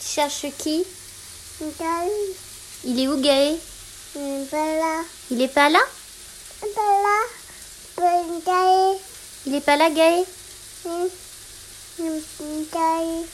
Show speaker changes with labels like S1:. S1: cherche qui
S2: Gaël,
S1: Il est où Gaé
S2: Bella,
S1: Il est pas là
S2: Bella, Gaël,
S1: Il est pas là Gaé
S2: Gaël,